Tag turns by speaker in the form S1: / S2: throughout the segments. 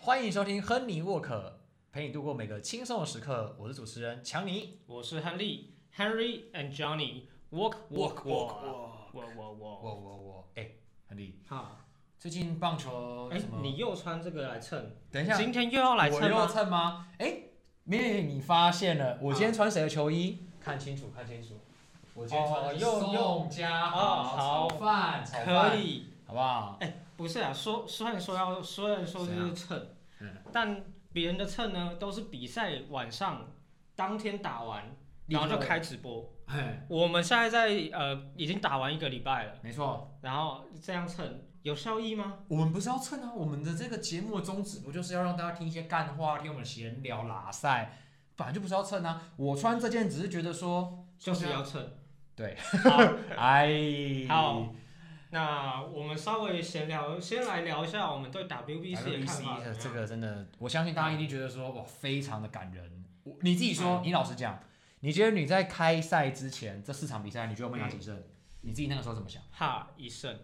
S1: 欢迎收听亨尼沃克，陪你度过每个轻松的时刻。我是主持人强尼。
S2: 我是亨利，Henry and Johnny walk walk walk walk walk
S1: 我
S2: walk。
S1: 我我，哎、亨利，
S2: 好，
S1: 最近棒球有
S2: 哎
S1: 哦什，么？
S2: 你又穿这个来蹭，
S1: 等一下，
S2: 今天又要来
S1: 我
S2: 蹭
S1: 又
S2: 吗？
S1: 蹭吗？哎、没有，你发现了，我今天穿谁的球衣？看清楚，看清楚。我今天穿的是
S2: 哦又又
S1: 宋家
S2: 哦
S1: 豪炒
S2: 好
S1: 饭，炒
S2: 可
S1: 饭，
S2: 以，
S1: 好不好？
S2: 不是啊，说虽然说要虽然说
S1: 怎
S2: 就
S1: 样
S2: 是蹭
S1: 嗯，
S2: 但别人的蹭呢都是比赛晚上当天打完，然后就
S1: 立刻
S2: 开直播。
S1: 嘿
S2: 我们现在在呃已经打完一个礼拜了，
S1: 没错，
S2: 然后这样蹭有效益吗？
S1: 我们不是要蹭啊，我们的这个节目的宗旨不就是要让大家听一些干话，听我们闲聊拉塞，本来就不是要蹭啊。我穿这件只是觉得说，
S2: 就是要蹭。
S1: 对
S2: 好，
S1: 哎，
S2: 好那我们稍微闲聊，先来聊一下我们对 WBC 的看法
S1: WBC
S2: 怎
S1: 的
S2: 么
S1: 呃这
S2: 样。
S1: 个真的，我相信大家一定觉得说哇，非常的感人。我你自己说，你老实讲，你觉得你在开赛之前这四场比赛，你觉得我们拿几胜？你自己那个时候怎么想？
S2: 哈一胜，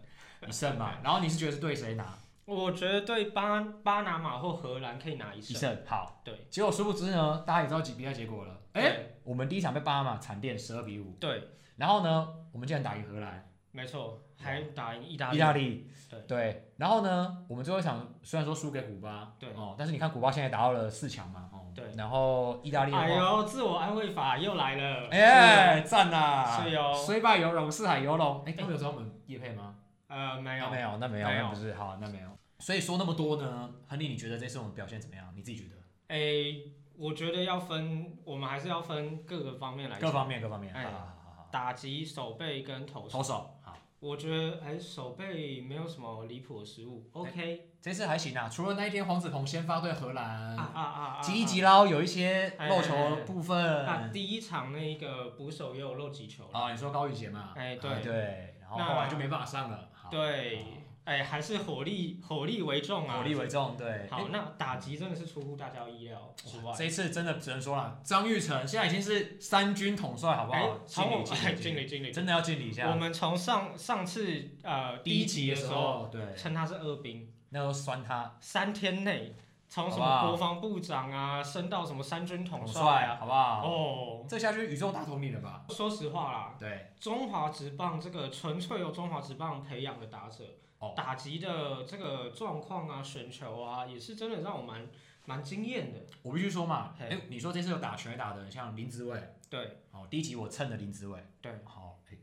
S1: 一胜 嘛，然后你是觉得是对谁拿
S2: 我觉得对巴巴拿马或荷兰可以拿一
S1: 一
S2: 胜。
S1: 胜？好，
S2: 对，
S1: 结果殊不知呢，大家也知道几比赛结果了。哎、
S2: 对
S1: 我们第一场被巴拿马惨电十二比五，
S2: 对，
S1: 然后呢，我们竟然打赢荷兰、
S2: 没错，还打赢意大利。
S1: 意大利，
S2: 对
S1: 然后呢，我们最后一场虽然说输给古巴，
S2: 对
S1: 哦，但是你看古巴现在达到了四强嘛，哦，
S2: 对
S1: 然后意大利的
S2: 哎
S1: 话，
S2: 呦，自我安慰法又来了。
S1: 哎，赞啦！
S2: 是哦
S1: 虽败犹荣，四海游龙。哎，他们有找我们叶配吗？
S2: 呃，没有
S1: 啊，没有，那没有，
S2: 没有
S1: 那不是好，那没有。所以说那么多呢，亨利，你觉得这次我们表现怎么样？你自己觉得？
S2: 哎，我觉得要分，我们还是要分各个方面来
S1: 各
S2: 讲。
S1: 方面，各方面。
S2: 哎
S1: 好好好好
S2: 打击、手背跟投
S1: 好，
S2: 手，
S1: 投手好，
S2: 我觉得哎，手背没有什么离谱的失误，OK
S1: 这次还行啊，除了那一天黄子鹏先发对荷
S2: 啊啊
S1: 兰，
S2: 啊啊啊！
S1: 吉利吉捞有一些漏球
S2: 哎哎哎
S1: 部分。
S2: 啊，第一场那个捕手也有漏几球，
S1: 啊，你说高宇杰嘛？
S2: 哎对
S1: 啊对，然后
S2: 那
S1: 后来就没办法上了。好
S2: 对
S1: 好，
S2: 哎，还是火力火力为重啊，
S1: 哦火力为重，对。哎
S2: 好，那打击真的是出乎大家意料之外
S1: 哇，这一次真的只能说了，张玉成现在已经是三军统帅，好不
S2: 哎
S1: 好？，敬
S2: 从
S1: 礼
S2: 我哎，
S1: 敬
S2: 经
S1: 礼
S2: 理经
S1: 敬礼，
S2: 理，
S1: 真的要敬礼一
S2: 我
S1: 下。
S2: 们从上上次呃
S1: 第一
S2: 集
S1: 集的
S2: 时
S1: 时
S2: 候
S1: 候，对，
S2: 称他是二兵，
S1: 那时候酸他
S2: 三天内从
S1: 好
S2: 什
S1: 不
S2: 么
S1: 好
S2: 国防部长啊升到什么三军统
S1: 统
S2: 帅
S1: 帅，
S2: 啊，
S1: 好不好？
S2: 哦，
S1: 这下就是宇宙大统领了吧？
S2: 说实话啦，
S1: 对，
S2: 中华职棒这个纯粹由中华职棒培养的打者，
S1: 哦
S2: 打击的这个状况啊、选球啊，也是真的让我蛮蛮惊艳的。
S1: 我必须说嘛，
S2: 嘿
S1: 哎，你说这次有打全垒打的，像林子伟，
S2: 对
S1: 哦，第一集我蹭了林子伟，
S2: 对，
S1: 好，哎，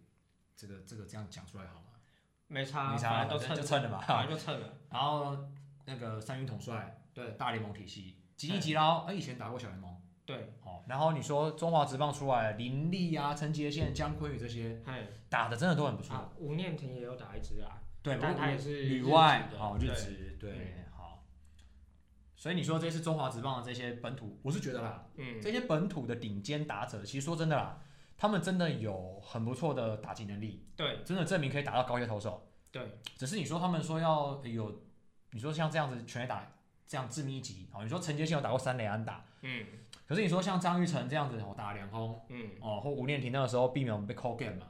S1: 这个这个这样讲出来好吗？
S2: 没差，
S1: 没差，
S2: 反
S1: 反
S2: 正都
S1: 正
S2: 蹭
S1: 就，蹭了吧。
S2: 反正就蹭了。
S1: 然后那个三军统帅，
S2: 对
S1: 大联盟体系，吉利
S2: 嘿
S1: 吉捞，哎，以前打过小联盟。
S2: 对，
S1: 哦，然后你说中华职棒出来，林立啊、陈杰宪、江坤宇这些
S2: 哎
S1: 打的真的都很不错，
S2: 啊，吴念婷也有打一支啊，
S1: 对，
S2: 但
S1: 不过
S2: 他也是
S1: 旅
S2: 日
S1: 外
S2: 籍的
S1: 哦，日
S2: 对
S1: 职对好。所以你说这次中华职棒的这些本土，我是觉得啦，
S2: 嗯，
S1: 这些本土的顶尖打者，其实说真的啦，他们真的有很不错的打击能力，
S2: 对
S1: 真的证明可以打到高阶投手。
S2: 对，
S1: 只是你说他们说要有，你说像这样子全垒打这样致命一击，哦，你说陈杰宪有打过三垒安打，
S2: 嗯
S1: 可是你说像张玉成这样子哦打两轰，
S2: 嗯，
S1: 哦，或吴念婷那个时候避免我们被扣 game 嘛，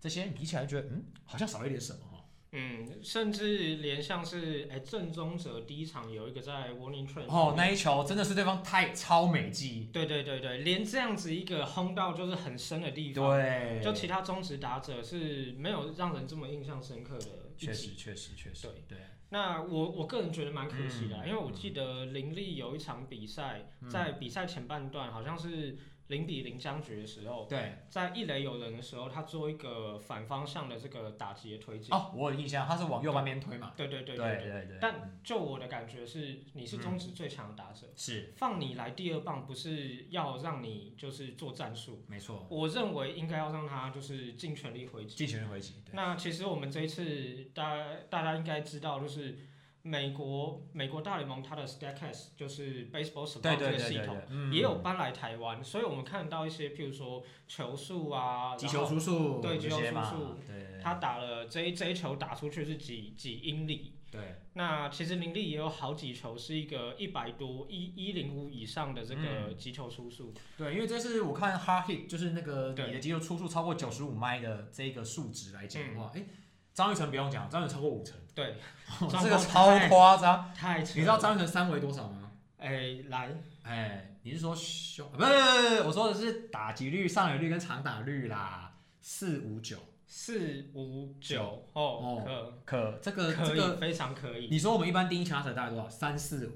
S1: 这些你比起来觉得嗯，好像少了一点什么哦哈。
S2: 嗯，甚至连像是哎正宗者第一场有一个在 Warning Train
S1: 哦，那一球真的是对方太超美技，
S2: 对对对对，连这样子一个轰到就是很深的地方，
S1: 对，
S2: 就其他中职打者是没有让人这么印象深刻的一
S1: 确
S2: 集。
S1: 实确实确实
S2: 对
S1: 对
S2: 那我我个人觉得蛮可惜的啊、
S1: 嗯
S2: 因为我记得林立有一场比赛，在比赛前半段好像是零比零相局的时候，
S1: 对
S2: 在一垒有人的时候，他做一个反方向的这个打击的推进。
S1: 哦，我有印象，他是往右半边推嘛，
S2: 对对对
S1: 对嗯
S2: 对对。
S1: 对对，嗯
S2: 但就我的感觉是，你是中职最强的打者，
S1: 是
S2: 放你来第二棒不是要让你就是做战术，
S1: 没错，
S2: 我认为应该要让他就是尽全力回击。
S1: 进行回击，对
S2: 那其实我们这一次大大家应该知道，就是美国美国大联盟它的 Stacks 就是 Baseball s u r v
S1: 对
S2: i v 这
S1: 对对
S2: 个系
S1: 对
S2: 统
S1: 对，嗯
S2: 也有搬来台湾，所以我们看到一些譬如说球速啊，
S1: 击
S2: 然
S1: 球
S2: 后
S1: 出速
S2: 对击
S1: 这
S2: 球
S1: 些
S2: 出
S1: 嘛
S2: 速，
S1: 对
S2: 他打了这一这一球打出去是几几英里。
S1: 对
S2: 那其实林立也有好几球是一个一百多一一零五以上的这
S1: 嗯
S2: 个击球出速，
S1: 对，因为这是我看 hard hit，就是那个你
S2: 对嗯
S1: 的击球出速超过九十五迈的这个数值来讲的话，哎，张玉成不用讲，张玉成超过 五成，
S2: 对，
S1: 这个超夸张。
S2: 太扯。
S1: 你知道？张玉成三围多少吗？
S2: 哎，来，
S1: 哎，你是说胸？不是不是不是，我说的是打击率、上垒率跟长打率啦，四五九。
S2: 四五
S1: 九
S2: 九哦，
S1: 可这
S2: 可
S1: 个呃这
S2: 可以，
S1: 个，
S2: 非常可以。
S1: 你说我们一般第一强者大概多少？三四五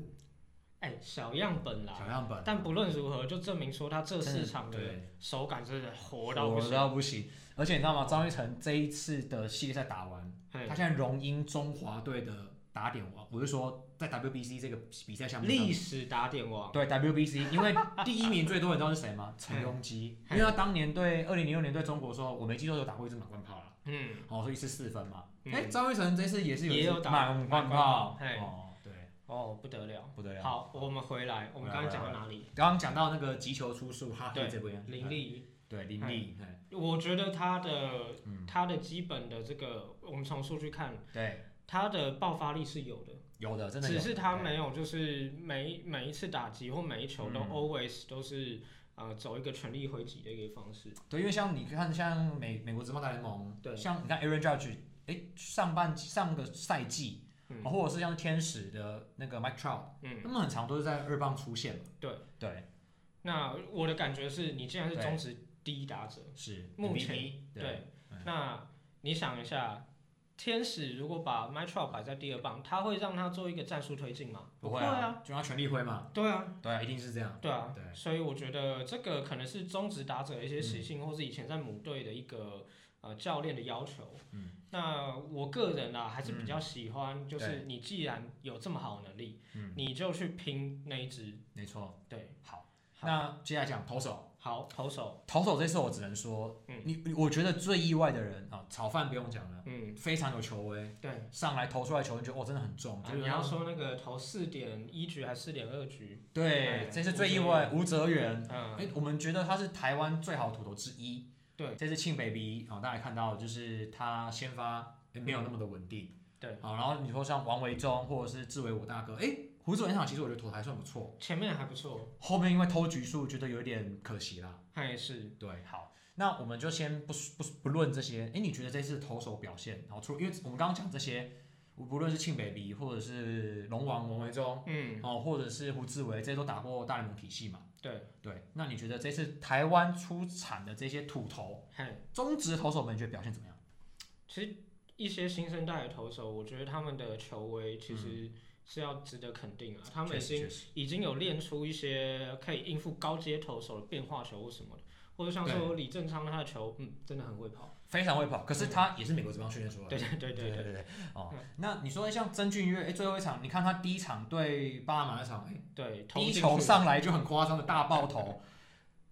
S2: 哎，小样本
S1: 小
S2: 啦，
S1: 样本，
S2: 但不论如何，就证明说他这市场的
S1: 对，
S2: 手感真的
S1: 火
S2: 活到不行。
S1: 到不行。而且你知道吗？张玉成这一次的系列赛打完，
S2: 嘿
S1: 他现在荣膺中华队的打点王，我就说在 WBC 这个比赛项目上
S2: 历史打点王，
S1: 对 WBC，因为第一名最多，你知道是谁 吗？陈庸基，因为他当年对二零零六年对中国的时候，我没记错有打过一支满贯炮了，
S2: 嗯，
S1: 哦，所以是四分嘛。
S2: 嗯
S1: 哎，张玉成这次也是有一
S2: 也
S1: 支
S2: 有打
S1: 满贯
S2: 满贯
S1: 炮
S2: 炮，嘿
S1: 哦，对，
S2: 哦，不得了。
S1: 不得了。
S2: 好，我们回来，我们刚刚讲到哪里？
S1: 刚刚讲到那个击球出数，哈利
S2: 对
S1: 这边
S2: 林，立，
S1: 对林立，哎
S2: 我觉得他的
S1: 嗯，
S2: 他的基本的这个，我们从数据看，
S1: 对，
S2: 他的爆发力是有的。
S1: 有的真的有
S2: 只
S1: 的，
S2: 是他
S1: 对
S2: 没有，就是每每一次打击或每一球都
S1: 嗯
S2: always 都是、呃走一个全力挥击的一个方式。
S1: 对，因为像你看，像美美国职棒大联盟，
S2: 对
S1: 像你看 Aaron Judge，哎，上半季上个赛季，哦
S2: 嗯
S1: 或者是像天使的那个 Mike Trout，
S2: 嗯，
S1: 他们很常都是在二棒出现嘛。
S2: 对
S1: 对，
S2: 那我的感觉是你既然是
S1: 对
S2: 中职第一打者，
S1: 是
S2: 目
S1: MVP
S2: 前
S1: 对，嗯
S2: 那你想一下，天使如果把 m y t r o 摆在第二棒，他会让他做一个战术推进吗？
S1: 不会
S2: 啊，
S1: 啊，就要全力挥嘛。
S2: 对啊，
S1: 对啊，一定是这样。
S2: 对啊，
S1: 对嗯
S2: 所以我觉得这个可能是中职打者的一些习性，或是以前在母队的一个呃教练的要求。
S1: 嗯，
S2: 那我个人啊，还是比较喜欢，就是你既然有这么好的能力，
S1: 嗯
S2: 你就去拼那一支。
S1: 没错。
S2: 对，
S1: 好，
S2: 好
S1: 那接下来讲投手，
S2: 好投手，
S1: 投手这次我只能说，
S2: 嗯
S1: 你你我觉得最意外的人啊，炒饭不用讲了，
S2: 嗯，
S1: 非常有球威，
S2: 对。
S1: 上来投出来球，你觉得哦，真的很重，
S2: 啊
S1: 就是
S2: 你要说那个投四点一局还是四点二局？
S1: 对
S2: 哎，
S1: 这是最意外，吴哲源。哎、
S2: 嗯，
S1: 我们觉得他是台湾最好的土头之一。
S2: 对，
S1: 这次庆 baby 哦，大家也看到就是他先发、哎没有那么的稳定。
S2: 对，
S1: 好、然后你说像王维忠或者是志伟我大哥，哎、胡志伟那场其实我觉得投的还算不错，
S2: 前面还不错，
S1: 后面因为偷局数觉得有点可惜啦。
S2: 还是
S1: 对，好，那我们就先不不不论这些。哎、你觉得这次投手表现，然后除因为我们刚刚讲这些，不论是庆 baby 或者是龙王王维忠。
S2: 嗯，
S1: 哦，或者是胡志伟，这些都打过大联盟体系嘛？
S2: 对，
S1: 对，那你觉得这次台湾出产的这些土头，
S2: 还
S1: 中职投手们，你觉得表现怎么样？
S2: 其实一些新生代的投手，我觉得他们的球威其实是要值得肯定啊，他们
S1: 嗯
S2: 已
S1: 确实
S2: 经
S1: 确实
S2: 已经有练出一些可以应付高阶投手的变化球或什么的，或者像说李正昌他的球，嗯，真的很会跑。
S1: 非常会跑，可是他也是美国职棒训练出来的。
S2: 嗯对对对对
S1: 对
S2: 对，嗯
S1: 对哦，那你说像曾俊乐，哎，最后一场，你看他第一场对巴拿马那场，哎，
S2: 对，投
S1: 第一
S2: 进
S1: 球
S2: 去，
S1: 上来就很夸张的大爆 头，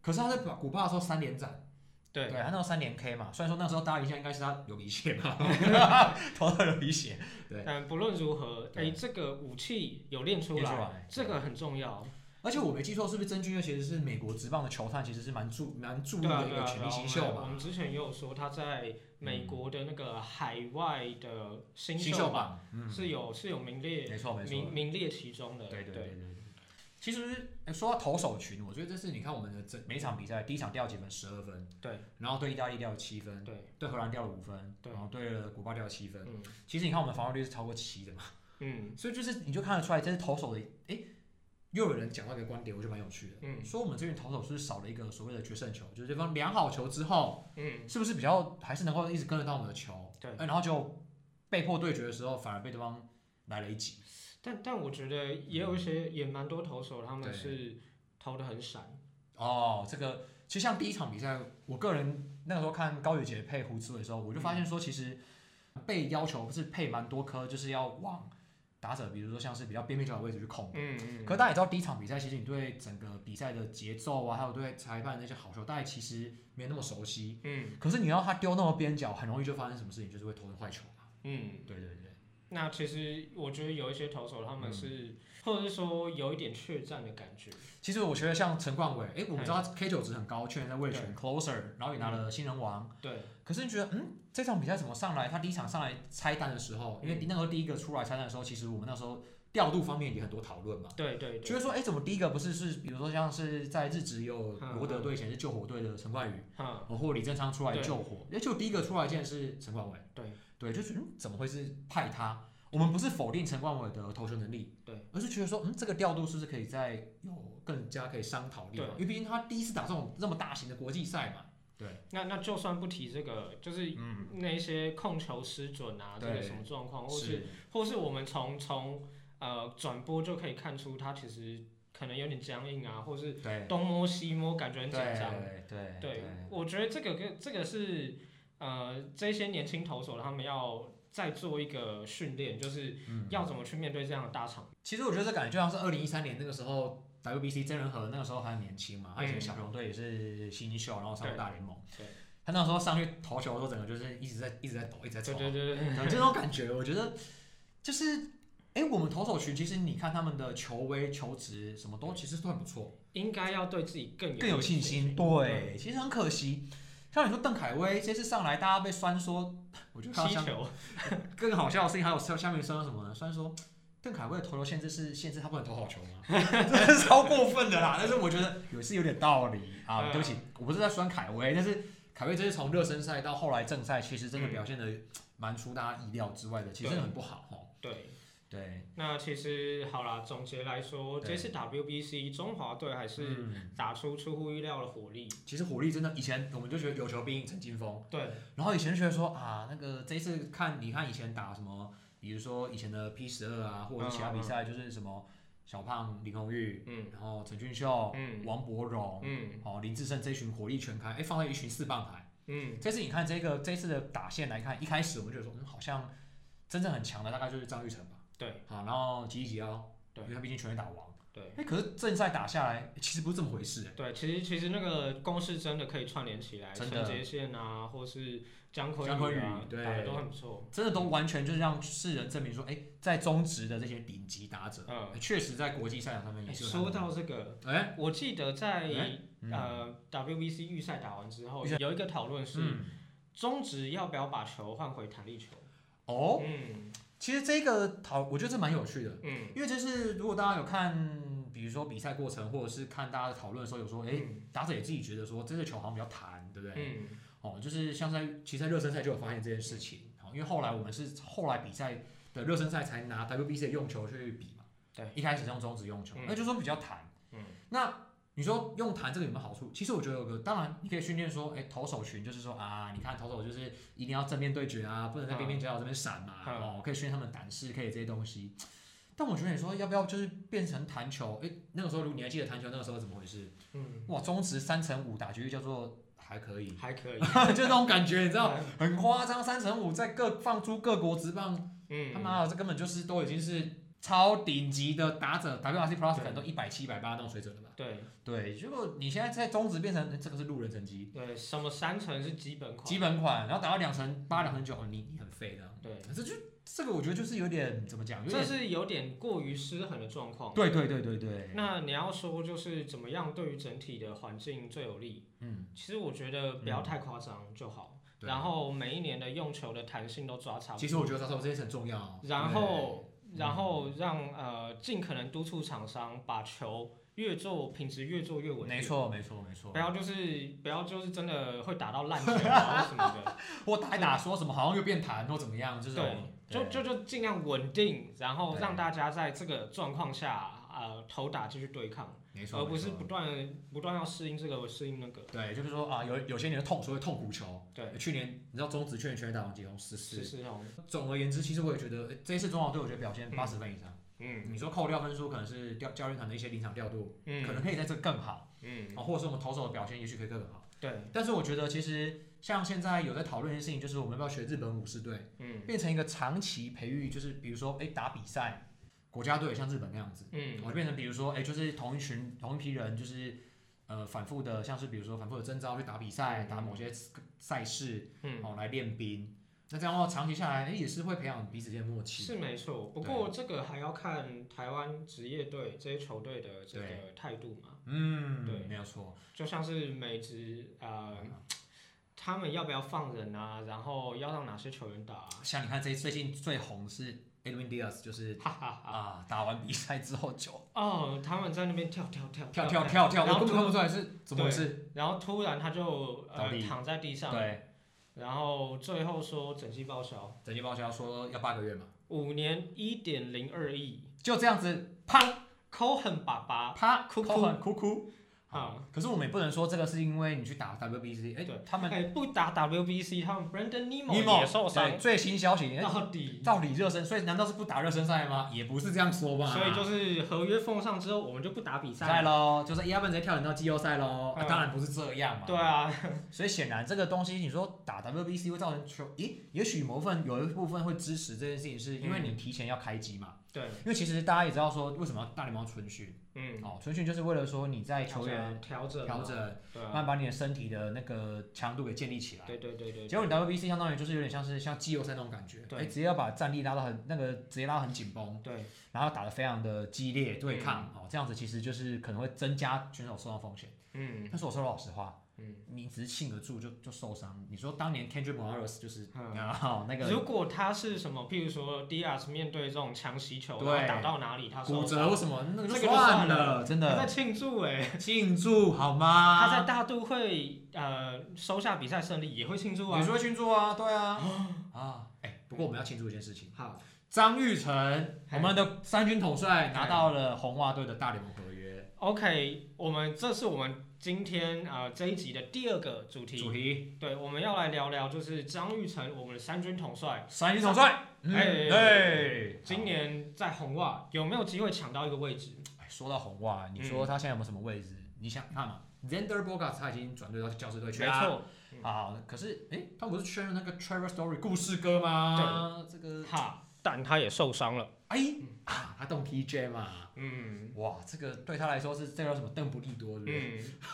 S1: 可是他在古巴的时候三连斩，
S2: 对，
S1: 他那时候三连 K 嘛，虽然说那时候大家印象应该是他流鼻血 嘛， 头到流鼻血，对
S2: 但不论如何，
S1: 对
S2: 哎，这个武器有练出
S1: 练出
S2: 来，
S1: 来
S2: 这个很重要。
S1: 而且我没记错，是不是曾俊乐其实是美国职棒的球探，其实是蛮注蛮注意
S2: 对啊
S1: 的一
S2: 对
S1: 个
S2: 啊，
S1: 潜
S2: 对
S1: 力
S2: 啊
S1: 新
S2: 我
S1: 秀
S2: 们我
S1: 嘛嗯
S2: 们，之前也有说他在美国的那个海外的新秀吧，
S1: 榜，嗯，
S2: 是有是有名列
S1: 没错没错
S2: 名，名列其中的。
S1: 对对
S2: 对
S1: 对对。对其实诶说到投手群，我觉得这是你看我们的这每一场比赛，第一场掉几分，十二分，
S2: 对，
S1: 然后对意大利掉了七分，
S2: 对，
S1: 对荷兰掉了五分，
S2: 对
S1: 然后对了古巴掉了七分。
S2: 嗯
S1: 其实你看我们防御率是超过七的嘛，
S2: 嗯
S1: 所以就是你就看得出来，这是投手的诶，又有人讲到一个观点，我觉得蛮有趣的，
S2: 嗯
S1: 说我们这边投手是不是少了一个所谓的决胜球，就是对方量好球之后，
S2: 嗯，
S1: 是不是比较还是能够一直跟得到我们的球，
S2: 对
S1: 诶然后就被迫对决的时候，反而被对方来了一击，
S2: 但但我觉得也有一些也蛮多投手他们是投的很闪，
S1: 哦，这个其实像第一场比赛，我个人那个时候看高宇杰配胡志伟的时候，我就发现说，其实被要求是配蛮多颗，就是要往打者，比如说像是比较边边角的位置去控。
S2: 嗯嗯，
S1: 可大家也知道，第一场比赛其实你对整个比赛的节奏啊，还有对裁判的那些好球，大家其实没那么熟悉。
S2: 嗯
S1: 可是你要他丢那么边角，很容易就发生什么事情，就是会投成坏球嘛。
S2: 嗯，
S1: 对对对，
S2: 那其实我觉得有一些投手
S1: 嗯
S2: 他们是，或者是说有一点怯战的感觉，
S1: 其实我觉得像陈冠伟，哎，我们知道他 K 九值很高，去年在卫权 closer，然后也拿了新人王。
S2: 对
S1: 可是你觉得，嗯，这场比赛怎么上来？他第一场上来拆弹的时候，因为那时候第一个出来拆弹的时候，其实我们那时候调度方面也很多讨论嘛，
S2: 对对
S1: 就
S2: 对，
S1: 是说，哎，怎么第一个不是是，比如说像是在日职有罗德队以前是救火队的陈冠宇，
S2: 嗯
S1: 哦或者李正昌出来救火，哎，就第一个出来竟然是陈冠伟，
S2: 对
S1: 对，就觉得、嗯怎么会是派他？我们不是否定陈冠伟的投球能力，
S2: 对，
S1: 而是觉得说，嗯，这个调度是不是可以再有更加可以商讨力嘛？
S2: 对
S1: 因为毕竟他第一次打这种这么大型的国际赛嘛，对，
S2: 那那就算不提这个，就是
S1: 嗯，
S2: 那一些控球失准啊，这
S1: 对
S2: 个什么状况，或是
S1: 是，
S2: 或是我们从从呃转播就可以看出他其实可能有点僵硬啊，或是
S1: 对，
S2: 东摸西摸，感觉很紧张。
S1: 对，对，
S2: 对，我觉得这个跟这个是呃这些年轻投手他们要再做一个训练，就是
S1: 嗯
S2: 要怎么去面对这样的大场。
S1: 其实我觉得这感觉就像是二零一三年那个时候 WBC 真人和那个时候还很年轻嘛，他以前小熊队也是新秀，然后上过大联盟。
S2: 嗯对对
S1: 他那时候上去投球的时候，整个就是一直在一直在抖，一直在
S2: 对
S1: 抖，
S2: 对对对，
S1: 就这种感觉，我觉得就是。哎，我们投手群其实你看他们的球威、球值什么都其实都很不错，
S2: 应该要对自己更有
S1: 更有信
S2: 心。
S1: 心。，对，其实很可惜，像你说邓凯威这次上来，大家被酸说，我觉得他
S2: 嗯踢
S1: 像
S2: 球，
S1: 更好笑的事情还有下下面说到什么呢？虽然说邓凯威的投球限制是限制他不能投好球吗？ 这是超过分的啦！但是我觉得也是有点道理啊。
S2: 嗯
S1: 对不起，我不是在酸凯威，但是凯威这是从热身赛到后来正赛，其实真的表现的蛮出大家意料之外的，其实真的很不好哦。
S2: 对。
S1: 对，
S2: 那其实好啦，总结来说，
S1: 对
S2: 这次 WBC 中华队还是
S1: 嗯，
S2: 打出出乎意料的火力。
S1: 其实火力真的，以前我们就觉得有求必应陈金峰，
S2: 对，
S1: 然后以前就觉得说啊，那个这一次看你看以前打什么，比如说以前的 P 十二啊，或者是其他比赛，就是什么小胖林红玉，
S2: 嗯
S1: 然后陈俊秀、
S2: 嗯
S1: 王柏荣、
S2: 嗯
S1: 哦林志胜这一群火力全开，哎，放在一群四棒牌。
S2: 嗯，
S1: 这次你看这个这次的打线来看，一开始我们就觉得说，嗯，好像真正很强的大概就是张玉成吧。
S2: 对，
S1: 好，然后吉一吉幺，
S2: 对
S1: 因为他毕竟全垒打王。
S2: 对
S1: 哎，可是正赛打下来，其实不是这么回事哎。
S2: 对，其实其实那个公式真的可以串联起来，
S1: 真
S2: 陈
S1: 的
S2: 杰宪啊，或是姜昆
S1: 姜昆
S2: 宇啊
S1: 宇，对
S2: 打的都很不错。
S1: 真的都完全就是让世人证明说，哎，在中职的这些顶级打者，
S2: 嗯
S1: 哎确实在国际赛场上面也
S2: 诶
S1: 是有他
S2: 说
S1: 们
S2: 到这个，
S1: 的哎，
S2: 我记得在
S1: 诶嗯
S2: 呃 WBC 预赛打完之后
S1: 预赛，
S2: 有一个讨论是
S1: 嗯，
S2: 中职要不要把球换回弹力球。
S1: 哦，
S2: 嗯
S1: 其实这个讨，我觉得这蛮有趣的。
S2: 嗯，
S1: 因为就是如果大家有看，比如说比赛过程，或者是看大家的讨论的时候，有说，哎、
S2: 嗯
S1: 打者也自己觉得说，这个球好像比较弹，对不对？
S2: 嗯
S1: 哦，就是像在其实在热身赛就有发现这件事情，哦，因为后来我们是后来比赛的热身赛才拿 WBC 的用球去比嘛，
S2: 对
S1: 一开始是用中指用球，
S2: 嗯
S1: 那、就说比较弹，
S2: 嗯，
S1: 那。你说用弹这个有没有好处？其实我觉得有个，当然你可以训练说，哎、投手群就是说啊，你看投手就是一定要正面对决啊，不能在边边角角这边闪嘛，
S2: 嗯
S1: 哦，可以训练他们的胆识，可以这些东西。但我觉得你说要不要就是变成弹球？哎、那个时候如果你还记得弹球那个时候怎么回事？
S2: 嗯，
S1: 哇，中职三乘五打击率叫做还可以，
S2: 还可以。
S1: 就那种感觉，你知道，很夸张。三乘五在各放诸各国职棒，
S2: 嗯，
S1: 他妈的，这根本就是都已经是超顶级的打者，WRC Plus
S2: 对
S1: 可能都一百七、一百八那种水准了吧？
S2: 对
S1: 对，结果你现在在中职变成这个是路人成绩，
S2: 对，什么三成是基本款。
S1: 基本款，然后打到两成八、两成九，你你很废的。
S2: 对，
S1: 可是就这个，我觉得就是有点怎么讲，有
S2: 这
S1: 点
S2: 是有点过于失衡的状况。
S1: 对对对对对，
S2: 那你要说就是怎么样对于整体的环境最有利？
S1: 嗯，
S2: 其实我觉得不要太夸张就好。
S1: 对
S2: 然后每一年的用球的弹性都抓差不
S1: 其
S2: 多。
S1: 实我觉得他说这件事很重要哦。
S2: 然后，
S1: 嗯
S2: 然后让呃尽可能督促厂商把球越做品质越做越
S1: 对
S2: 稳定。
S1: 没。错没错没错
S2: 不，要就是不要就是真的会打到烂球 啊或什么的，
S1: 我打一打说什么好像又变弹或怎么样，就是这种
S2: 就
S1: 对
S2: 就就尽量稳定，然后
S1: 对
S2: 让大家在这个状况下呃头打继续对抗，
S1: 没错，
S2: 而不
S1: 没
S2: 是
S1: 错
S2: 不断不断要适应这个适应那个。
S1: 对，就是说啊，有有些年的痛，所谓痛苦球。呃
S2: 对，
S1: 去年你知道中职去年全垒打王几红十
S2: 是
S1: 四。
S2: 是哦，
S1: 总而言之，其实我也觉得诶这一次中华队，我觉得表现
S2: 嗯
S1: 八十分以上。
S2: 嗯
S1: 你说扣掉分数，可能是调教练团的一些临场调度，可
S2: 嗯
S1: 能可以在这更好，
S2: 嗯，
S1: 啊，或者是我们投手的表现，也许可以更好。
S2: 对，
S1: 但是我觉得其实像现在有在讨论一件事情，就是我们要不要学日本武士队，
S2: 嗯
S1: 变成一个长期培育，就是比如说哎打比赛，国家队像日本那样子，
S2: 嗯
S1: 我就变成比如说，哎、就是同一群同一批人，就是呃反复的，像是比如说反复的征召去打比赛，打某些赛事，
S2: 嗯，
S1: 哦来练兵。那这样的话，长期下来，哎、也是会培养彼此间的默契。
S2: 是没错。不过这个还要看台湾职业队这些球队的这
S1: 对
S2: 个态度嘛，
S1: 嗯，
S2: 对
S1: 没有错。
S2: 就像是美职呃，他们要不要放人啊？然后要让哪些球员打啊？
S1: 像你看这最近最红是 Edwin Diaz，就是
S2: 哈哈哈！
S1: 啊打完比赛之后就
S2: 哦，他们在那边跳跳跳
S1: 跳跳跳跳，
S2: 然
S1: 我
S2: 后
S1: 根本看不出来是怎么回事。
S2: 然后突然他就
S1: 倒
S2: 呃
S1: 地
S2: 躺在地上，
S1: 对，
S2: 然后最后说整季报销
S1: 整季报销说要八个月嘛，
S2: 五年一点零二亿，
S1: 就这样子，啪
S2: 抠痕爸爸，
S1: 啪，
S2: 啊哭哭啊
S1: 扣很哭哭。
S2: 好
S1: 好，可是我们也不能说这个是因为你去打 WBC，哎
S2: 对，
S1: 他们
S2: 哎不打 WBC，他们 Brandon Nemo 也
S1: Nemo
S2: 受伤
S1: 对，最新消息，哎
S2: 到底，
S1: 到底热身，所以难道是不打热身赛吗？也不是这样说吧。
S2: 所以就是合约奉上之后，我们就不打比
S1: 比赛
S2: 赛了。
S1: 喽，就是哎要不然直接跳人到季后赛喽、啊
S2: 嗯
S1: 当然不是这样嘛。
S2: 对啊，
S1: 所以显然这个东西，你说打 WBC 会造成球，咦，也许某部分有一部分会支持这件事情，是因为你提前要开机嘛、
S2: 对，
S1: 因为其实大家也知道说，为什么大联盟要春训、
S2: 嗯，
S1: 哦，春训就是为了说你在球员
S2: 调整
S1: 调
S2: 调，
S1: 整，
S2: 对
S1: 慢
S2: 啊，
S1: 慢把你的身体的那个强度给建立起来。
S2: 对对对对，
S1: 结果你 WBC 相当于就是有点像是像季后赛那种感觉，
S2: 对
S1: 哎，直接要把战力拉到很那个直接拉到很紧绷，
S2: 对，
S1: 然后打得非常的激
S2: 嗯
S1: 烈对抗、哦，这样子其实就是可能会增加选手受伤风险。
S2: 嗯
S1: 但是我说老实话，
S2: 嗯，
S1: 你只是信得住就就受伤。你说当年 Kendrick Morales 就是、
S2: 嗯
S1: 然后那
S2: 如
S1: 个
S2: 果他是什么，譬如说 Diaz 面对这种强袭球，
S1: 对
S2: 然后打到哪里他
S1: 骨
S2: 受伤
S1: 折或什么，那
S2: 这
S1: 就
S2: 个就
S1: 算
S2: 算了
S1: 真
S2: 他在
S1: 的啊
S2: 庆祝哎、
S1: 庆祝好吗？
S2: 他在大都会呃收下比赛胜利也会庆祝
S1: 你
S2: 啊。
S1: 说庆祝啊，对 啊啊，哎、不过我们要庆祝一件事情，
S2: 好，
S1: 张玉成，
S2: 嗨
S1: 我们的三军统帅拿到了红袜队的大联盟合约。
S2: OK，我们这是我们今天啊、呃这一集的第二个主题，
S1: 主题
S2: 对，我们要来聊聊就是张玉成，我们的三军统帅，
S1: 三军统帅，嗯
S2: 哎
S1: 哎，
S2: 今年在红袜有没有机会抢到一个位置？
S1: 哎说到红袜，你
S2: 嗯
S1: 说他现在有没有什么位置？你想看嘛？Zander Bogarts 他已经转队到教士队去
S2: 没
S1: 了啊。
S2: 错，
S1: 啊，可是哎，他不是确认那个 Trevor Story 故事哥吗？对，这个
S2: 哈，但他也受伤了。
S1: 哎啊，他动 PJ 嘛，
S2: 嗯
S1: 哇，这个对他来说是这叫什么邓布利多，对不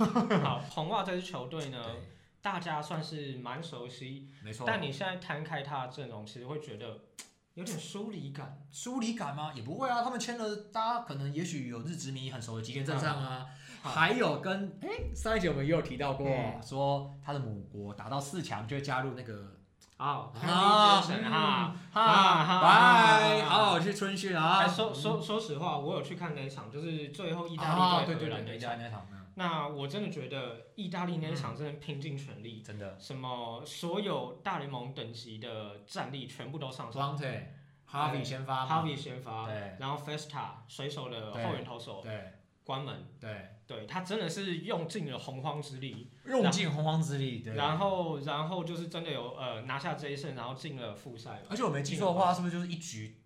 S1: 对？
S2: 嗯， 好，红袜这支球队呢，
S1: 对，
S2: 大家算是蛮熟悉，
S1: 没错。
S2: 嗯但你现在摊开他的阵容，其实会觉得嘖有点疏离感。
S1: 疏离感吗？也不会啊，他们签了，大家可能也许有日职迷很熟的吉田正尚啊，
S2: 好
S1: 还有跟哎上一集我们也有提到过，
S2: 嗯
S1: 说他的母国打到四强就会加入那个
S2: 好，神
S1: 啊
S2: 哈，
S1: 哈
S2: 哈
S1: 拜，
S2: 哈
S1: 好好去春训啊
S2: 哎，，说说说实话，我有去看那一场，就是最后意大
S1: 啊
S2: 利
S1: 对
S2: 对
S1: 对
S2: 荷兰那
S1: 对，嗯
S2: 一
S1: 意大
S2: 场。
S1: 利那场嗯
S2: 那我真的觉得意大利那一场真的拼尽全力，
S1: 真的。
S2: 什么所有大联盟等级的战力全部都上场。
S1: Plante、Harvey 先发嘛，
S2: Harvey 先发，
S1: 对
S2: 然后 Festa 水手的后援投手
S1: 对
S2: 关门，
S1: 对，
S2: 对他真的是用尽了洪荒之力，
S1: 用尽洪荒之力。对，
S2: 然后，然后就是真的有呃拿下这一胜，然后进了复赛
S1: 而且我没记错的话，是不是就是一局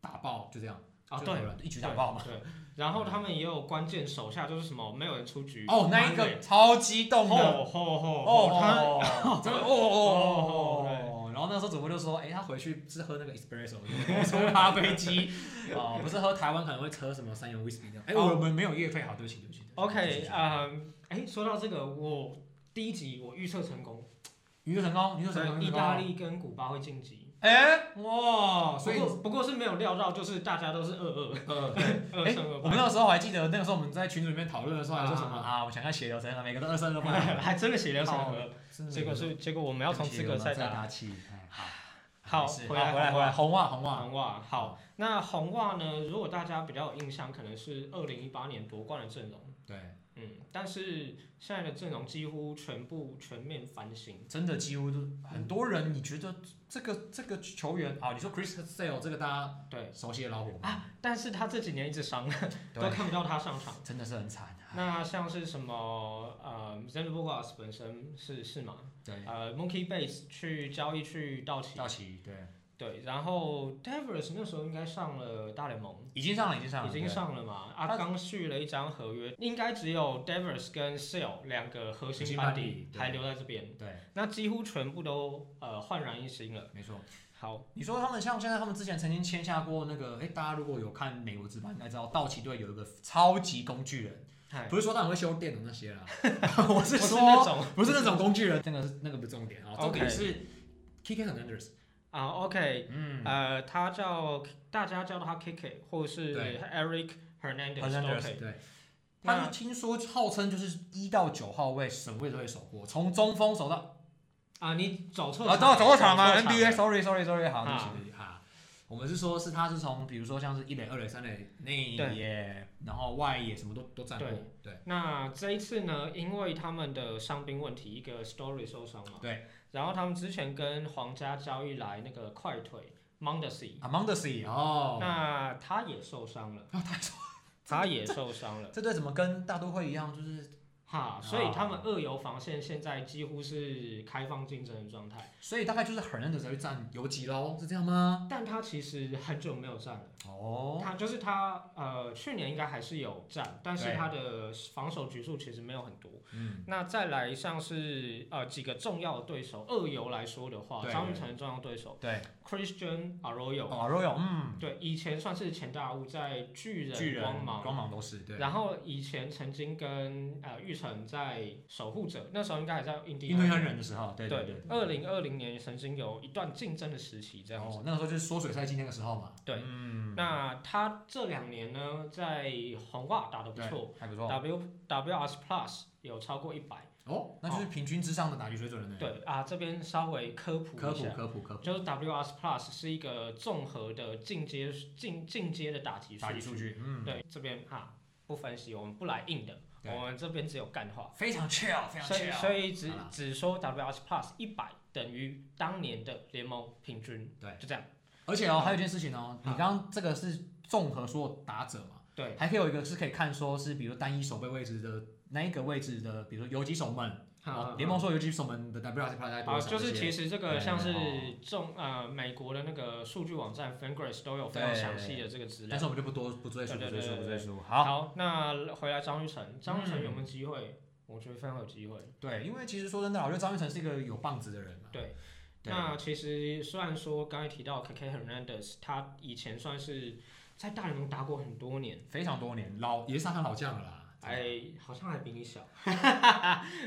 S1: 打爆就这样？
S2: 啊，
S1: 就
S2: 对，
S1: 荷兰，一局打爆嘛。
S2: 对。对然后他们也有关键手下，就是什么没有人出局
S1: 哦，那一个超激动的，
S2: 吼吼吼
S1: 哦，
S2: 吼，他
S1: 他真的哦哦哦。然后那时候主播就说，哎，他回去是喝那个 espresso，冲咖啡机，哦，不是喝台湾可能会喝什么三元威士忌的。哎，我们没有业费，好，对不起，对不起。
S2: OK 啊、哎，说到这个，我第一集我预测成功，
S1: 娱乐成功，娱乐成
S2: 所
S1: 功，
S2: 以意大。利跟古巴会晋级，
S1: 哎，哇，
S2: 不
S1: 所以
S2: 过不过是没有料到，就是大家都是二二
S1: 呃，
S2: 二
S1: 哎
S2: 胜二
S1: 我 们
S2: 败，
S1: 那时候还记得，那个时候我们在群组里面讨论的时候还说什么
S2: 啊
S1: 啊，我想看血流成河，每个都二胜二败，
S2: 还真的血流成
S1: 好
S2: 河，结果是结果我们要从资格赛
S1: 再
S2: 打
S1: 打起。哎好，
S2: 好
S1: 没事
S2: 回
S1: 好
S2: 来
S1: 回来
S2: 红
S1: 回
S2: 袜
S1: 来，红袜红袜，
S2: 红袜好，那红袜呢？如果大家比较有印象，可能是二零一八年夺冠的阵容，
S1: 对，
S2: 嗯，但是现在的阵容几乎全部全面翻新，
S1: 真的几乎都很多人，你觉得这个这个球员啊，你说 Chris Sale 这个大家
S2: 对
S1: 熟悉的老虎嘛，
S2: 啊，但是他这几年一直伤，都
S1: 对，
S2: 看不到他上场。
S1: 真的是很惨，啊
S2: 那像是什么呃 z e n d b o g a s 本身是是嘛，
S1: 对，
S2: 呃，Monkey Base 去交易去道奇，
S1: 道奇对，
S2: 对，然后 Devers 那时候应该上了大联盟，
S1: 已经上了已经上了，
S2: 已经上了嘛，啊，
S1: 他
S2: 刚续了一张合约，应该只有 Devers 跟 Sale 两个核
S1: 核
S2: 心
S1: 心
S2: 班
S1: 班
S2: 底
S1: 底对
S2: 还留在这边，
S1: 对，对，
S2: 那几乎全部都呃焕然一新了。
S1: 没错。
S2: 好，
S1: 你说他们像现在他们之前曾经签下过那个，哎，大家如果有看美国职棒应该知道，道奇队有一个超级工具人。
S2: 嗨，
S1: 不是说他很会修电脑那 些啦， 我是
S2: 不是那
S1: 说
S2: 种
S1: 不是那种工具人，那个是那个不是重点啊，重
S2: OK
S1: 点是 Kiki Hernandez，
S2: 啊，OK，
S1: 嗯，
S2: 呃，他叫大家叫他 KK 或是
S1: 对
S2: Eric Hernandez 都
S1: Hernandez，
S2: OK。
S1: 对，他
S2: 那
S1: 就听说号称就是一到九号位什么位都会守过，从中锋守到
S2: 啊，你走错
S1: 啊，走走过场吗
S2: 走错
S1: ？NBA，sorry sorry sorry，好，对
S2: 啊
S1: 不起对不起，哈，我们是说是他是从比如说像是一垒、二垒、三垒、内
S2: 对
S1: 野，然后外野什么都都占过
S2: 对，
S1: 对
S2: 那这一次呢，因为他们的伤兵问题，一个 Story 受伤嘛，
S1: 对，
S2: 然后他们之前跟皇家交易来那个快腿 Mondesi，、
S1: a m o n d e s y 哦，
S2: 那他也受伤了，
S1: 啊，他说
S2: 哦他也受伤了，哦
S1: 这队怎么跟大都会一样，就是
S2: 哈，所以他们二游防线现在几乎是开放竞争的状态，
S1: 所以大概就是 Hernandez 去占游击喽，是这样吗？
S2: 但他其实很久没有站了。
S1: 哦，
S2: 他就是他，呃，去年应该还是有占，但是
S1: 对
S2: 他的防守局数其实没有很多。
S1: 嗯，
S2: 那再来像是呃几个重要的对手，二游来说的话，
S1: 对
S2: 张玉成的重要对手
S1: 对，
S2: Christian Arroyo，、
S1: 哦，Royal，嗯，
S2: 对，以前算是前大物在巨
S1: 巨
S2: 人
S1: 人
S2: 光芒，
S1: 光芒都是对，
S2: 然后以前曾经跟呃玉成在守护者，那时候应该还在印第
S1: 印第安人的时候，对对
S2: 对，二零二零年曾经有一段竞争的时期这样子。
S1: 哦，那个时候就是缩水赛季那个时候嘛，
S2: 对
S1: 嗯，
S2: 那他这两年呢，在红袜打得不
S1: 对
S2: 错，，
S1: 还不错，
S2: W WS Plus 有超过一百、
S1: 哦，那就是平均之上的打击水准了呢，，
S2: 对啊，这边稍微科
S1: 嗯
S2: 普
S1: 科
S2: 一
S1: 普
S2: 下，
S1: 科普科普，
S2: 就是 WS Plus 是一个综合的进阶进进阶的打击数
S1: 打击数
S2: 据。
S1: 据，嗯，
S2: 对，这边哈不分析，我们不来硬的，
S1: 对
S2: 我们这边只有干话。
S1: 非常 chill，非常
S2: 所以所
S1: chill，
S2: 以只
S1: 好啦
S2: 只说 WS Plus 一百等于当年的联盟平均，
S1: 对
S2: 就这样。
S1: 而且哦，还有一件事情哦，你
S2: 好
S1: 刚刚这个是综合所有打者嘛，
S2: 对
S1: 还可以有一个是可以看说是比如单一守备位置的那一个位置的，比如说游击手们，哦
S2: 哈
S1: 联盟说游击手们的 WRC 排在多
S2: 啊，
S1: 少？
S2: 就是
S1: 这些
S2: 其实这个
S1: 对
S2: 像是
S1: 哦
S2: 中呃美国的那个数据网站 Fangraphs 都有非常
S1: 对
S2: 详细的这个资料
S1: 但。是我们就不多不赘述，不
S2: 对
S1: 赘
S2: 对
S1: 述，
S2: 对
S1: 不
S2: 对
S1: 赘
S2: 对
S1: 述。好，
S2: 那回来张玉成，张玉成
S1: 嗯
S2: 有没有机会？我觉得非常有机会。
S1: 对，因为其实说真的，我觉得张玉成是一个有棒子的人嘛。啊
S2: 对，
S1: 对
S2: 那其实虽然说刚才提到 KK Hernandez，他以前算是在大联盟打过很多年，
S1: 非常多年，老也是沙滩老将了啦。
S2: 哎，好像还比你小，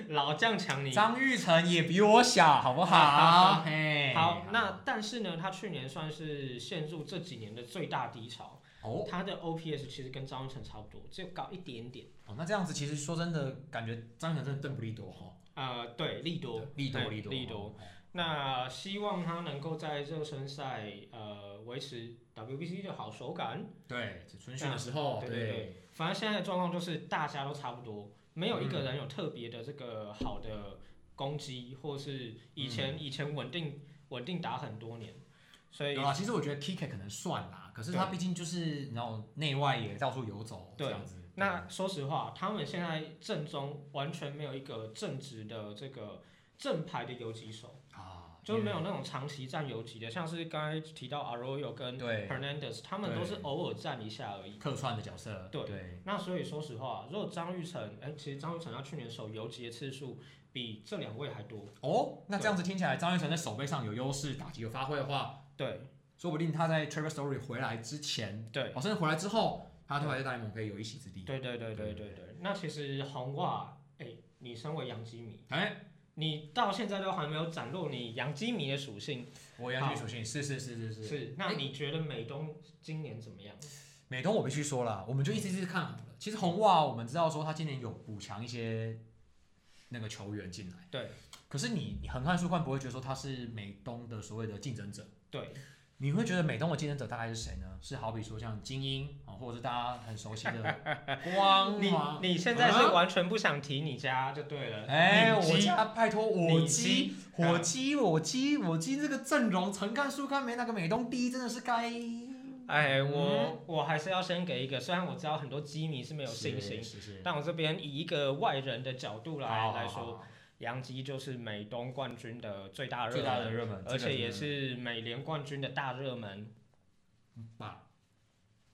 S2: 老将强你。
S1: 张玉成也比我小，好不哎好？ 嘿，
S2: 哎好，那但是呢，他去年算是陷入这几年的最大低潮，
S1: 哦
S2: 他的 OPS 其实跟张玉成差不多，只有高一点点。
S1: 哦，那这样子其实说真的，感觉张玉成真的邓不利多哈，
S2: 呃，对，利多，
S1: 利多
S2: 对
S1: 利多
S2: 利多。。那希望他能够在热身赛呃维持 WBC 的好手感。
S1: 哦对，春训的时候，
S2: 对对对，反正现在的状况就是大家都差不多，没有一个人有特别的这个好的攻击，或是以
S1: 嗯
S2: 前、以前稳定稳定打很多年，所以
S1: 有啊，其实我觉得 Kike 可能算啦，可是他
S2: 对
S1: 毕竟就是然后内外也到处游走这
S2: 对
S1: 样子。
S2: 那说实话，他们现在正中完全没有一个正直的这个正牌的游击手，
S1: 对啊，
S2: 就是没有那种长期站游击的，像是刚才提到 Arroyo 跟
S1: 对
S2: Hernandez，他们都是偶尔站一下而已。
S1: 客串的角色，
S2: 对
S1: 对
S2: 那所以说实话，如果张玉成，哎、其实张玉成他去年守游击的次数比这两位还多。
S1: 哦，那这样子听起来，张玉成在守备上有优势，打击有发挥的话，
S2: 对
S1: 说不定他在 Trevor Story 回来之前，
S2: 对
S1: 哦，甚至回来之后，他都还在大联盟可以有一席之地。
S2: 对对对对对对。那其实红袜，哎、你身为洋基迷，
S1: 哎，
S2: 你到现在都还没有展露你洋基迷的属性，
S1: 我杨基属性是是是是哎是。
S2: 是？那你觉得美东今年怎么样？
S1: 美东我必须说了，我们就一直一直看好了。其实红袜我们知道说他今年有补强一些那个球员进来。
S2: 对
S1: 可是你你横看竖看不会觉得说他是美东的所谓的竞争者，
S2: 对
S1: 你会觉得美东的竞争者大概是谁呢？是好比说像精英啊、哦或者是大家很熟悉的 光
S2: 你
S1: 芒。
S2: 你现在是
S1: 啊
S2: 完全不想提你家就对了。
S1: 哎、
S2: 你
S1: 我
S2: 鸡
S1: 家拜托我
S2: 你
S1: 鸡
S2: 鸡，
S1: 我鸡，我鸡，我鸡这个阵容，横看竖看没那个美东第一，真的是该
S2: 哎，
S1: 嗯
S2: 我我还是要先给一个，虽然我知道很多基迷是没
S1: 没
S2: 有信心，
S1: 是是。
S2: 但我这边以一个外人的角度来
S1: 好
S2: 来，
S1: 好
S2: 说，
S1: 好
S2: 杨基就是美东冠军的最大
S1: 好
S2: 热
S1: 最大的
S2: 门，
S1: 热门，
S2: 而
S1: 这个
S2: 且也是美联冠军的大热门
S1: 爸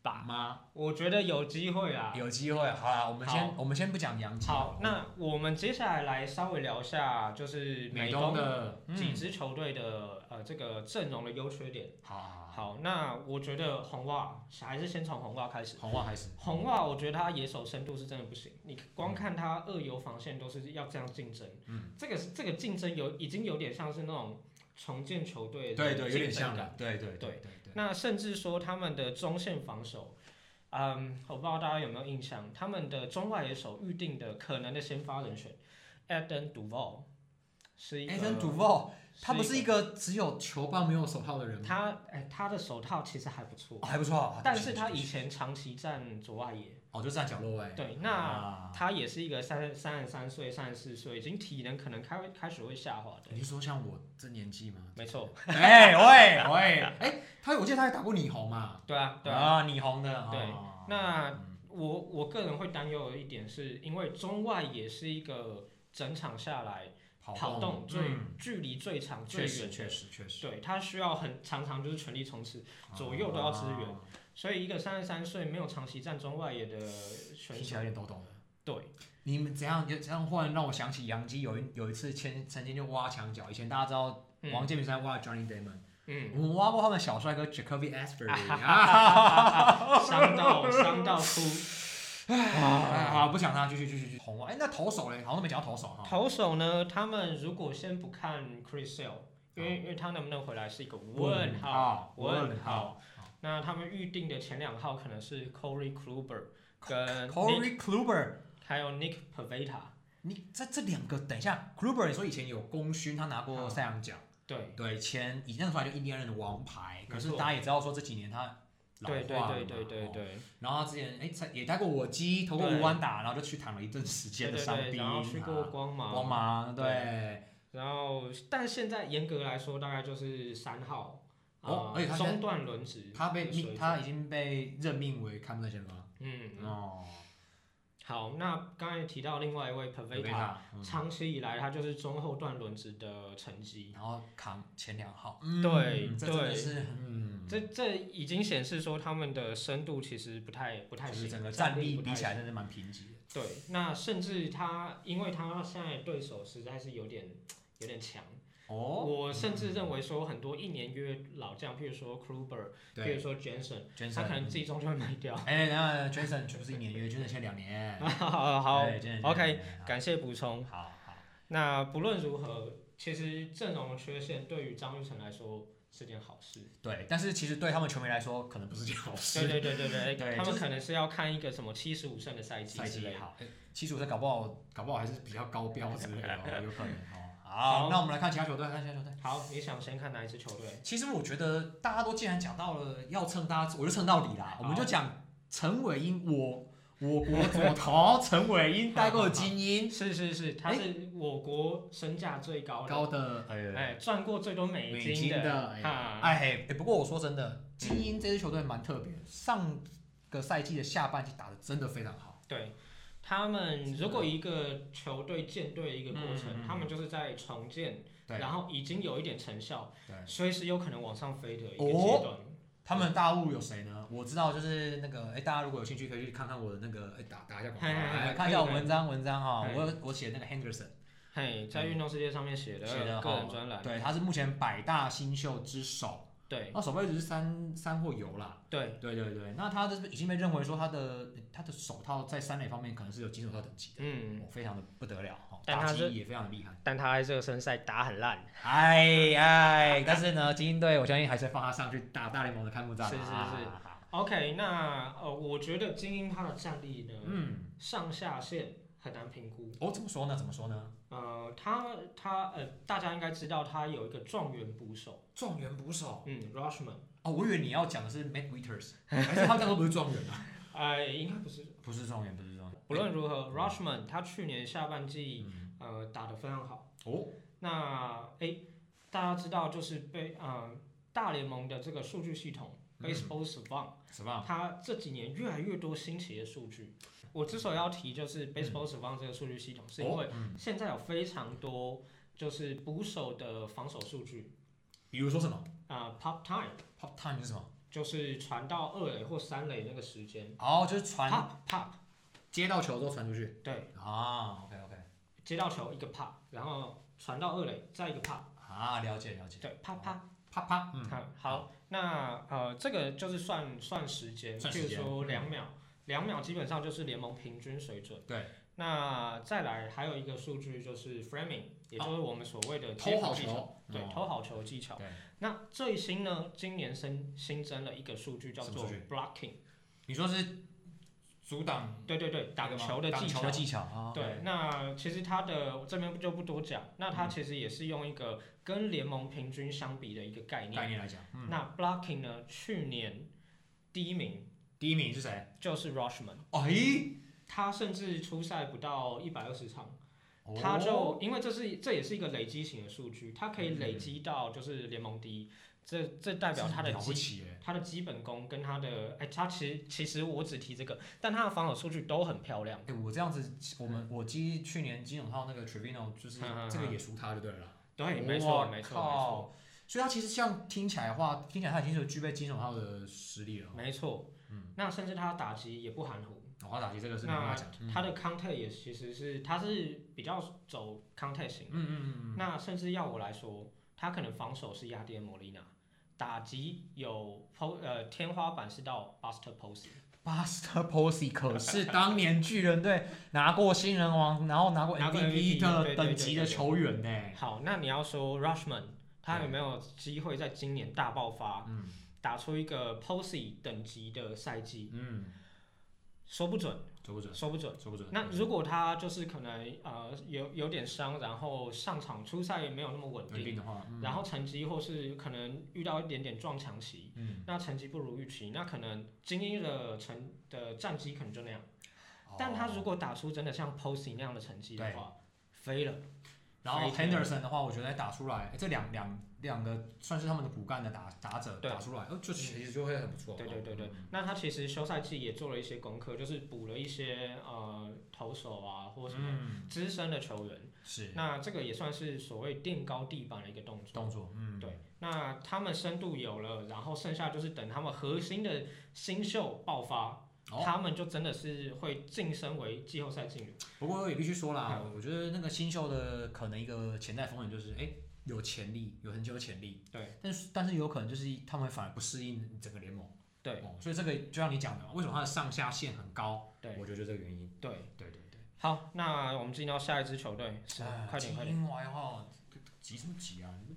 S2: 吧。
S1: 妈
S2: 我觉得有机会啦。
S1: 有机会。好啦，我们先
S2: 好
S1: 我们先不讲洋基了。
S2: 好，那我们接下来来稍微聊一下，就是
S1: 美
S2: 东
S1: 东的
S2: 几
S1: 嗯，
S2: 支球队的、呃这个阵容的优缺点。
S1: 好好好，
S2: 好，那我觉得红袜还是先从红袜开始。
S1: 红袜还是
S2: 红袜，我觉得他野手深度是真的不行。你光看他二游防线都是要这样竞争，
S1: 嗯，
S2: 这个是这个竞争有已经有点像是那种重建球队的
S1: 对对，有点
S2: 竞争
S1: 像
S2: 感。
S1: 了，对对对
S2: 对
S1: 对。
S2: 那甚至说他们的中线防守，嗯，我不知道大家有没有印象，他们的中外野手预定的可能的先发人选，Eden Duval 是一个
S1: Anton d u v o 他不是一
S2: 一
S1: 个只有球棒没有手套的人
S2: 个
S1: 吗？
S2: 他哎他的手套其实还不错
S1: 哦，还不错啊，
S2: 但是他
S1: 对不
S2: 以
S1: 起对
S2: 前长期站左外野
S1: 不，起哦就站角落位，
S2: 对那
S1: 啊
S2: 他也是一个三三十三岁、三十四岁，已经体能可能开会开始会下滑的
S1: 你。是说像我这年纪吗？
S2: 没错，
S1: 哎喂喂，哎，他我记得他还打过你红嘛，
S2: 对啊，对啊。
S1: 啊，你红的，
S2: 对
S1: 哦
S2: 那
S1: 嗯
S2: 我我个人会担忧的一点是，因为中外也是一个整场下来跑动最、
S1: 嗯
S2: 距离最长、
S1: 确
S2: 最远
S1: 实
S2: 的
S1: 确。实确实，
S2: 对，他需要很常常就是全力冲刺，左右都要支援
S1: 啊，
S2: 所以一个三十三岁没有长期站中外野的选
S1: 听起
S2: 手
S1: 来，有点抖抖的。
S2: 对，
S1: 你们怎样？这样忽然让我想起杨基有一有一次前曾经就挖墙角，以前大家知道王
S2: 嗯
S1: 建民在挖 Johnny Damon，、
S2: 嗯，
S1: 我们挖过他们小帅哥 Jacoby Asbury
S2: 伤到伤到 哭。
S1: 啊，好不想他，继续继续继续红了。哎，那投手嘞，好像都没讲到投手哈。
S2: 投手呢，他们如果先不看 Chris
S1: 啊
S2: Sale，因为因为他能不能回来是一个问
S1: 嗯
S2: 号，
S1: 问
S2: 问号。
S1: 号
S2: 那他们预定的前两号可能是 Corey Kluber 跟 Nick,
S1: ，Corey Kluber，
S2: 还有 Nick Pavetta，
S1: 你这这两个，等一下，Kluber 你说以前有功勋，他拿过
S2: 好
S1: 赛扬奖，
S2: 对
S1: 对，前以那时候还就印第安人的王牌，
S2: 没
S1: 可是
S2: 错
S1: 大家也知道说这几年他老化
S2: 对对
S1: 了嘛
S2: 对对对
S1: 哦
S2: 对
S1: 然后他之前哎，才也带过我鸡，投过
S2: 对
S1: 无安打，然后就去躺了一阵时间
S2: 对
S1: 的
S2: 对
S1: 伤
S2: 对，
S1: 兵
S2: 然后去过
S1: 啊，
S2: 光芒，
S1: 光芒
S2: 对
S1: 对，
S2: 然后但现在严格来说大概就是三号，
S1: 哦
S2: 呃
S1: 而且他现在
S2: 中段轮值的水准，
S1: 他被命他已经被任命为开幕战先发
S2: 嗯嗯
S1: 哦，
S2: 好，那刚才提到另外一位 Pavetta，
S1: 塔，嗯
S2: 长期以来他就是中后段轮值的成绩。
S1: 然后扛前两号，
S2: 对
S1: 嗯这真的
S2: 对
S1: 是嗯，
S2: 这这已经显示说他们的深度其实不太不太
S1: 就是
S2: 行，
S1: 整个战力
S2: 不
S1: 比
S2: 太
S1: 起来真的蛮贫瘠的。
S2: 对，那甚至他，因为他现在对手实在是有点有点强，
S1: 哦，
S2: 我甚至认为说很多一年约老将，譬如说 Kluber，譬如
S1: 对
S2: 说 Jensen，
S1: ，Jensen，
S2: 他可能自己中就会卖掉。
S1: 哎，等一下 Jason 不是一年约，Jason 签两年。
S2: 好，
S1: 对，Jensen 签
S2: OK，
S1: 两年
S2: 感谢补充。
S1: 好好，
S2: 那不论如何，其实阵容的缺陷对于张玉成来说是件好事。
S1: 对，但是其实对他们球迷来说，可能不是件好
S2: 对
S1: 事。
S2: 对对对
S1: 对
S2: 对，他
S1: 就
S2: 们
S1: 是
S2: 可能是要看一个什么七十五胜的赛季
S1: 赛
S2: 之
S1: 季
S2: 类
S1: 也
S2: 的。
S1: 好，哎其实我在搞不好，搞不好还是比较高标之类的 哦，有可能哦。好
S2: 好，
S1: 那我们来看其他球队，看其他球队。
S2: 好，你想先看哪一支球队？
S1: 其实我觉得大家都既然讲到了要蹭大家，我就蹭到底啦。我
S2: 好
S1: 们就讲陈伟英，我我国左投陈伟英带过的精英，
S2: 是是是，他是我国身价最高的，
S1: 高的哎
S2: 哎，赚过最多美
S1: 美
S2: 金
S1: 金
S2: 的。
S1: 的哎
S2: 哈
S1: 哎哎。不过我说真的，精英这支球队蛮特别的，上个赛季的下半季打的真的非常好。
S2: 对，他们
S1: 是的
S2: 如果一个球队建队的一个过
S1: 嗯嗯
S2: 程，
S1: 嗯
S2: 他们就是在重建，
S1: 对
S2: 然后已经有一点成效，
S1: 对，
S2: 随时有可能往上飞的一个
S1: 哦
S2: 阶段。
S1: 他们大物有谁呢？我知道就是那个，哎、大家如果有兴趣可以去看看我的那个，哎、打打一下广告，
S2: 嘿嘿嘿
S1: 哎
S2: 可以
S1: 看一下我
S2: 可以
S1: 文章文章哈、
S2: 嘿
S1: 我我写那个 Henderson，
S2: 嘿，在运动世界上面写
S1: 嗯
S2: 的
S1: 写得
S2: 个
S1: 好啊
S2: 人专栏，
S1: 对，他是目前百大新秀之首，
S2: 对
S1: 那首位置是三三或游啦，
S2: 对
S1: 对对对，那他的已经被认为说他的他的手套在三垒方面可能是有金手套等级的，
S2: 嗯，
S1: 哦非常的不得了哈，
S2: 但他
S1: 打
S2: 是
S1: 击也非常的厉害，
S2: 但他在热身赛打很烂，
S1: 哎哎，但是呢，精英队我相信还是放他上去打大联盟的开幕战啦，
S2: 是是是
S1: 啊
S2: OK，那呃，我觉得精英他的战力呢，
S1: 嗯，
S2: 上下限很难评估。
S1: 哦，怎么说呢？怎么说呢？
S2: 呃，他他呃，大家应该知道他有一个状元捕手，
S1: 状元捕手。
S2: 嗯，Rushman，
S1: 哦，我以为你要讲的是 Matt Wieters，还是他这样都不是状元啊？
S2: 哎，应该不是。
S1: 不是状元，不是状元。
S2: 不论如何，Rushman 他去年下半季呃打得非常好。
S1: 哦，
S2: 那哎，大家知道就是被呃大联盟的这个数据系统
S1: 嗯啊
S2: Baseball Savant。
S1: 什么？
S2: 它这几年越来越多新奇的数据。我之所以要提就是 Baseball Savant 这个数据系统，
S1: 哦
S2: 是因为
S1: 嗯
S2: 现在有非常多就是捕手的防守数据
S1: 比如说什么
S2: 啊、p o p time
S1: ？Pop time 是什么？
S2: 就是传到二垒或三垒那个时间
S1: 哦，就是传
S2: ，pop pop
S1: 接到球之后传出去。
S2: 对，
S1: 啊，OK OK。
S2: 接到球一个 pop，然后传到二垒再一个 pop，
S1: 啊，了解了解。
S2: 对，pop pop，
S1: 啪啪，嗯，
S2: 好，好，那呃这个就是算算时间，
S1: 算
S2: 譬
S1: 时
S2: 如
S1: 间
S2: 说
S1: 嗯
S2: 两秒，两秒基本上就是联盟平均水准。
S1: 对，
S2: 那再来还有一个数据就是 framing，也就是我们所谓的
S1: 嗯
S2: 接
S1: 投好
S2: 技巧，
S1: 球。
S2: 对，
S1: 哦
S2: 投好球技巧。
S1: 对
S2: 那最新呢，今年新新增了一个数据叫
S1: 什么
S2: 做
S1: 数据
S2: blocking，
S1: 你说是阻挡
S2: 对对对，
S1: 那
S2: 挡
S1: 个吗
S2: 球的技
S1: 挡球
S2: 巧
S1: 的。技巧啊，
S2: 哦对，嗯那其实他的这边就不多讲，那他其实也是用一个跟联盟平均相比的一个概
S1: 概
S2: 念。
S1: 念来讲，嗯，
S2: 那 blocking 呢，去年第一名
S1: 第一名是谁？
S2: 就是 Rushman，
S1: 哦，咦，
S2: 他甚至出赛不到一百二十场，
S1: 哦
S2: 他就因为这是这也是一个累积型的数据，他可以累积到就是联盟第一，这这代
S1: 代
S2: 表他的
S1: 了不
S2: 基
S1: 起耶，
S2: 他的基本功跟他的哎，他其实其实我只提这个，但他的防守数据都很漂亮。
S1: 哎，我这样子，我们我记去年金永浩那个 Trevino 就是
S2: 嗯嗯
S1: 这个
S2: 嗯
S1: 也输他就对了，
S2: 对，
S1: 哇
S2: 没错，没错，没错。
S1: 哎靠所以他其实像听起来的话，听起来他已经是具备金永浩的实力了。
S2: 没错，
S1: 嗯
S2: 那甚至他打击也不含糊，
S1: 我要打击这个是没办法
S2: 那
S1: 讲，嗯
S2: 他的 counter 也其实是他是比较走 counter 型
S1: 嗯，嗯嗯嗯，
S2: 那甚至要我来说，他可能防守是亚迪莫莉娜，打击有 po 呃天花板是到 Buster Posey，
S1: Buster Posey 可是当年巨人队拿过新人王，然后拿过
S2: 拿过 MVP
S1: 的
S2: 对对
S1: 等级的
S2: 对对对
S1: 球员呢。
S2: 好，那你要说 Rushman，他有没有机会在今年大爆发，
S1: 嗯
S2: 打出一个 Posey 等级的赛季？
S1: 嗯，
S2: 说不准，
S1: 说不准，
S2: 说不准。
S1: 说不准。嗯
S2: 那如果他就是可能呃有有点伤，然后上场出赛也没有那么稳
S1: 稳
S2: 定，
S1: 定的话，嗯
S2: 然后成绩或是可能遇到一点点撞墙期，
S1: 嗯，
S2: 那成绩不如预期，那可能精英的成的战绩可能就那样。但他如
S1: 哦
S2: 果打出真的像 Posey 那样的成绩的话，飞了。
S1: 哦然后
S2: 飞天
S1: Henderson 的话，我觉得打出来，哎这两两两个算是他们的骨干的打打者
S2: 对
S1: 打出来，呃，就其实就会很不错。
S2: 对对对对
S1: 嗯，，
S2: 那他其实休赛季也做了一些功课，就是补了一些呃投手啊或什么
S1: 嗯，
S2: 资深的球员，
S1: 是
S2: 那这个也算是所谓垫高地板的一个动作。
S1: 动作，嗯，
S2: 对，那他们深度有了，然后剩下就是等他们核心的新秀爆发，
S1: 哦
S2: 他们就真的是会晋升为季后赛劲旅。
S1: 不过也必须说啦，
S2: 嗯
S1: 我觉得那个新秀的可能一个潜在风险就是，哎、有潜力，有很久的潜力，
S2: 对，
S1: 但是但是有可能就是他们反而不适应整个联盟，
S2: 对
S1: 哦，所以这个就像你讲的嘛，为什么它的上下限很高？
S2: 对
S1: 哦我觉得就这个原因。
S2: 对，
S1: 对对对，
S2: 好，那我们进到下一支球队，是、
S1: 哎
S2: 快点快点，
S1: 金外哈，急什么急啊？哎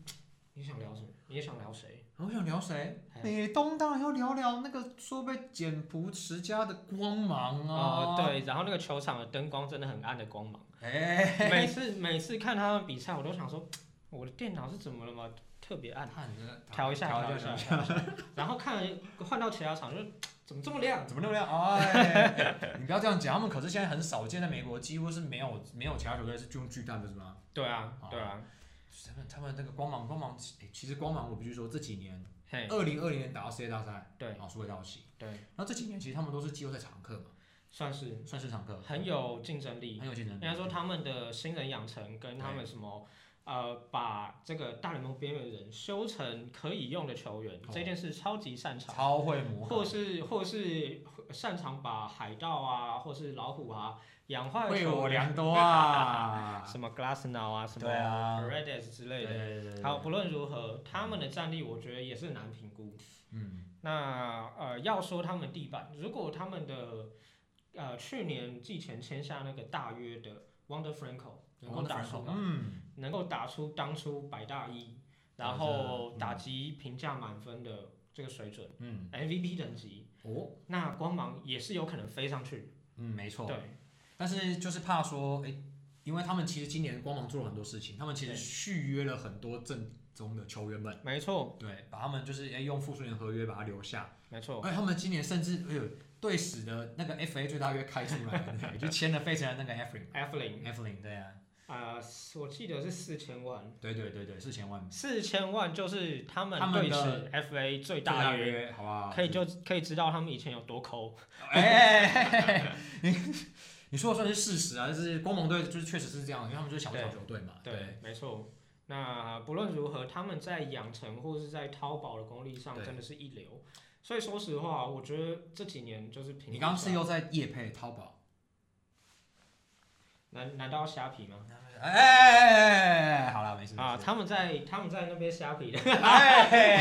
S2: 你想聊什么？你想聊谁？
S1: 我想聊谁？
S2: 还有
S1: 美东当然要聊聊那个说被柬埔寨家的光芒
S2: 哦
S1: 啊！，，
S2: 对，然后那个球场的灯光真的很暗的 光芒，
S1: 哎、
S2: 每次每次看他们比赛，我都想说，我的电脑是怎么了吗？特别暗，
S1: 看你这个
S2: 调一下
S1: 啊调
S2: 一
S1: 下
S2: 下，，调一下，然后看了换到其他场就是怎么这么亮？
S1: 怎么那么亮？哎， 你不要这样讲，他们可是现在很少见，在美国几乎是没有没有其他球队是用巨蛋的，是吗？
S2: 对啊
S1: 哦，
S2: 对啊，
S1: 他们他们那个光芒光芒，哎其实光芒我必须说这几年，
S2: 嘿，
S1: 二零二零年打到世界大赛，
S2: 对
S1: 然后输给道奇，
S2: 对，
S1: 然后这几年其实他们都是季后赛常客嘛，
S2: 算是
S1: 算是常客，
S2: 很有竞争力。
S1: 很有竞争
S2: 应
S1: 力。
S2: 该说他们的新人养成跟他们什么，呃，把这个大联盟边缘人修成可以用的球员，
S1: 哦
S2: 这件事超级擅长，
S1: 超会磨合
S2: 或是或是擅长把海盗啊，或是老虎啊养坏
S1: 会
S2: 球
S1: 我
S2: 员，
S1: 良多 啊！
S2: 什么 Glassnow 啊，什么
S1: 对啊嗯
S2: r e d e s 之类
S1: 对
S2: 的。
S1: 对对对
S2: 好，，不论如何，他们的战力我觉得也是很难评估。
S1: 嗯，
S2: 那呃，要说他们地板，如果他们的呃去年季前签下那个大约的 Wonder Franco 能够打出，
S1: 嗯，
S2: 能够打出当初百大一，
S1: 打
S2: 然
S1: 出来
S2: 后
S1: 嗯
S2: 打击评价满分的这个水准
S1: 嗯，
S2: ，MVP 等级，
S1: 哦，
S2: 那光芒也是有可能飞上去。
S1: 嗯，没错。
S2: 对，
S1: 但是就是怕说，哎、因为他们其实今年光芒做了很多事情，他们其实
S2: 对
S1: 续约了很多正宗的球员们，
S2: 没错，
S1: 对，把他们就是哎、用复数年合约把他留下，
S2: 没错，
S1: 而且他们今年甚至哎呦队史的那个 FA 最大约开出来 了，对就签了费城的那个 Eflin。
S2: f 零
S1: Eflin 对啊，
S2: 啊，我记得是四千万。
S1: 对对对对，四千万
S2: 四千万就是他们
S1: 他们
S2: 对
S1: 的
S2: 此 FA 最
S1: 最大
S2: 大约，
S1: 约，啊嗯好不好？
S2: 可以就可以知道他们以前有多抠。
S1: 哎、 你你说的算是事实啊，就是光芒队就是确实是这样，因为他们就是小小
S2: 对
S1: 球队嘛，
S2: 对，没错。那不论如何，他们在养成或是在淘宝的功力上
S1: 对
S2: 真的是一流。所以说实话，我觉得这几年就是平。
S1: 你刚刚是又在夜配淘宝。
S2: 难难道要虾皮吗？
S1: 哎哎哎哎，好了，没事
S2: 啊，
S1: 没事
S2: 他们在他们在那边虾皮的。
S1: 哎哎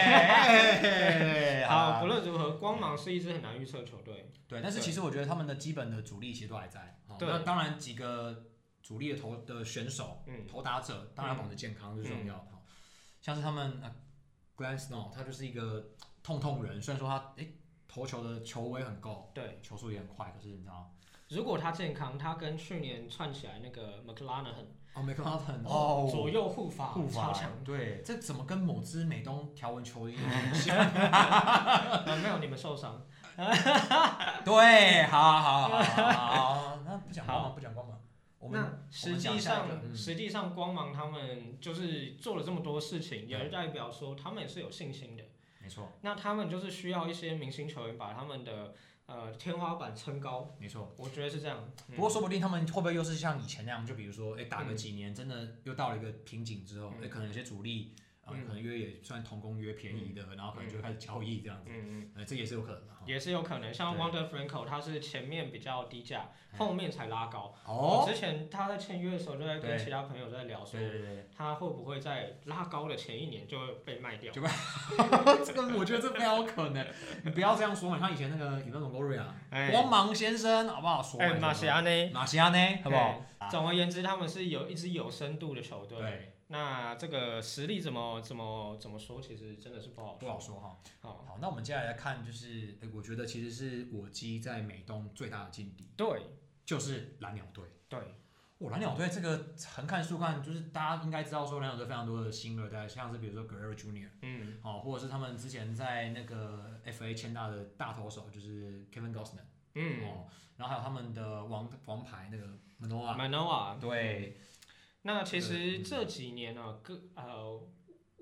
S1: 哎
S2: 好，
S1: 啦
S2: 不论如何，光芒是一支很难预测的球队。
S1: 对，但是其实我觉得他们的基本的主力其实都还在。哦
S2: 对
S1: 那当然几个主力的投的选手、
S2: 嗯，
S1: 投打者，当然保持健康最重要。哦像是他们呃 Glenn Snow，他就是一个痛痛人，虽然说他哎投球的球威很够，
S2: 对，
S1: 球速也很快，可是你知道，
S2: 如果他健康，他跟去年串起来那个 McLaren 很
S1: 哦 m c l a r e n
S2: 左右护法
S1: 护法
S2: 超强。
S1: 对，这怎么跟某支美东条纹球衣很像？哎
S2: 呃，没有你们受伤，
S1: 对，好好好好好，那不讲光芒，不讲光芒，我们
S2: 那实
S1: 我
S2: 际
S1: 们讲下一个
S2: 上、
S1: 嗯
S2: 实际上光芒他们就是做了这么多事情，也代表说他们也是有信心的。
S1: 没错
S2: 那他们就是需要一些明星球员把他们的呃天花板撑高，
S1: 没错。
S2: 我觉得是这样。嗯
S1: 不过说不定他们会不会又是像以前那样，就比如说，哎，打个几年，真的又到了一个瓶颈之后，
S2: 嗯
S1: 哎，可能有些主力，呃，
S2: 嗯
S1: 可能约也算同工约便宜的，然后可能就开始交易这样子，
S2: 嗯嗯，
S1: 呃，这也是有可能的哈。
S2: 也是有可能。像
S1: 对
S2: Wonder Franco，他是前面比较低价，
S1: 嗯
S2: 后面才拉高。
S1: 哦，
S2: 我之前他在签约的时候，就在跟
S1: 对
S2: 其他朋友在聊说
S1: 对，对对，
S2: 他会不会在拉高的前一年就会被卖掉？
S1: 这个我觉得这非常有可能，你不要这样说嘛，像以前那个有那种 Gloria，
S2: 哎
S1: 光芒先生，好不好？说
S2: 哎，马西亚呢？
S1: 马西亚呢，好不好？
S2: 总而言之，他们是有一支有深度的球队。
S1: 对，
S2: 那这个实力怎么怎么怎么说，其实真的是不好
S1: 不好
S2: 说。
S1: 说哈。
S2: 好，
S1: 好，那我们接下来看，就是哎我觉得其实是我基在美东最大的劲敌，
S2: 对
S1: 就是蓝鸟队。
S2: 对，
S1: 我蓝鸟队这个横看竖看，就是大家应该知道说蓝鸟队非常多的新二代，像是比如说 Guerrero Junior
S2: 嗯，
S1: 哦，或者是他们之前在那个 FA 签到的大投手就是 Kevin Gosman，
S2: 嗯
S1: 哦，然后还有他们的王王牌那个 Manoa，
S2: ，Manoa。
S1: 对，
S2: 那其实
S1: 啊嗯
S2: 这几年呢、啊，各呃，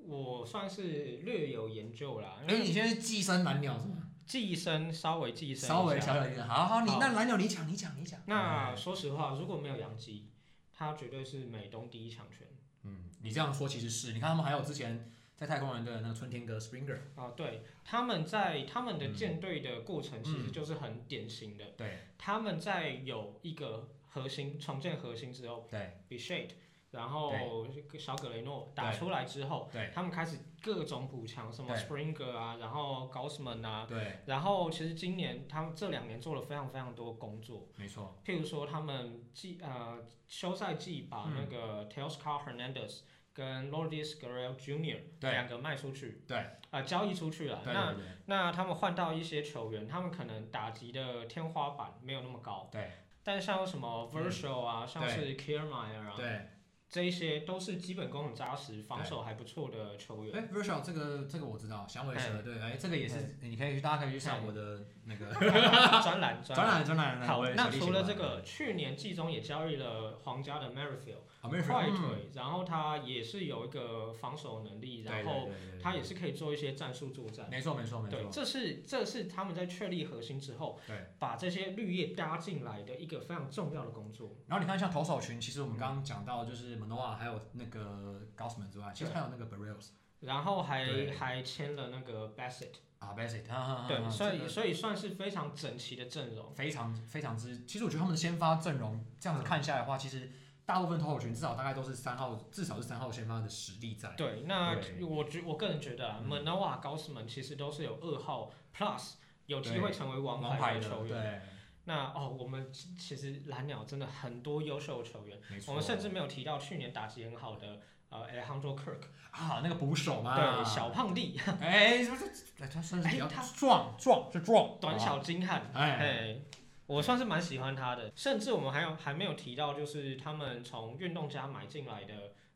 S2: 我算是略有研究啦，因
S1: 哎，
S2: 为
S1: 你现在是寄生蓝鸟是吗？
S2: 寄生稍微寄生一下
S1: 稍微小哎小一点，好好，你
S2: 好
S1: 那蓝鸟你讲你讲你讲，
S2: 那说实话，如果没有杨基，他绝对是美东第一强权
S1: 嗯，你这样说其实是，你看他们还有之前在太空人队的那个春天哥 Springer，
S2: 啊、对，他们在他们的
S1: 嗯
S2: 建队的过程其实就是很典型的，
S1: 对
S2: 他们在有一个核心重建核心之后
S1: 对
S2: b i s h a t 然后小葛雷诺打
S1: 对
S2: 出来之后，
S1: 对
S2: 他们开始各种补强，什么
S1: 对
S2: Springer 啊，然后 Gausman 啊，
S1: 对，
S2: 然后其实今年他们这两年做了非常非常多工作，
S1: 没错，
S2: 譬如说他们季呃休赛季把
S1: 嗯
S2: 那个 t e o s c a r Hernandez 跟 Lourdes Guerrero Jr.
S1: 对
S2: 两个卖出去，
S1: 对
S2: 呃交易出去了
S1: 对。
S2: 那
S1: 对对
S2: 那他们换到一些球员，他们可能打击的天花板没有那么高，
S1: 对嗯
S2: 但像什么 Virtual 啊，像是 Kiermaier 啊，
S1: 对。
S2: 这一些都是基本功很扎实、防守还不错的球员。
S1: 哎 v i r t u a l 这个这个我知道，响尾蛇对，哎，这个也是你可以去，大家可以去上我的那个
S2: 哎 专栏，
S1: 展览展览。
S2: 好
S1: 我也，
S2: 那
S1: 小弟喜
S2: 除了
S1: 欢
S2: 这个，去年季中也交易了皇家的 Merrifield
S1: 好没有
S2: 快
S1: 嗯
S2: 腿，然后他也是有一个防守能力，
S1: 对对
S2: 然后
S1: 嗯对对对
S2: 他也是可以做一些战术作战。
S1: 没错没错没
S2: 对，
S1: 错，
S2: 这是这是他们在确立核心之后，
S1: 对。
S2: 把这些绿叶搭进来的一个非常重要的工作。
S1: 然后你看像投手群，其实我
S2: 嗯
S1: 们刚刚讲到就是 Manoa 还有那个 Gausman 之外，其实还有那个 Barrios
S2: 然后还
S1: 对
S2: 还签了那个 Bassett，
S1: 啊 Bassett，哈哈哈
S2: 对，
S1: 哈
S2: 所
S1: 这
S2: 以
S1: 个
S2: 所以算是非常整齐的阵容。
S1: 非常非常之，其实我觉得他们的先发阵容这样
S2: 嗯
S1: 子看下来的话，其实大部分投手群至少大概都是三号，至少是三号先发的实力在。
S2: 对，那
S1: 对
S2: 我觉我个人觉得啊
S1: 嗯
S2: ，Manoa、高斯们其实都是有二号 Plus 有机
S1: 对
S2: 会成为王
S1: 王牌
S2: 牌
S1: 的
S2: 的球员。
S1: 对，
S2: 那哦，我们其其实蓝鸟真的很多优秀的球员，
S1: 没错。
S2: 我们甚至没有提到去年打击很好的呃 Alejandro Kirk，、
S1: 啊，那个捕手嘛，
S2: 对，小胖弟，
S1: 哎，是不是？哎他算是比较
S2: 哎他
S1: 壮，壮是壮，
S2: 短
S1: 啊，
S2: 小精悍，
S1: 哎，
S2: 哎，我算是蛮喜欢他的。甚至我们还有还没有提到，就是他们从运动家买进来的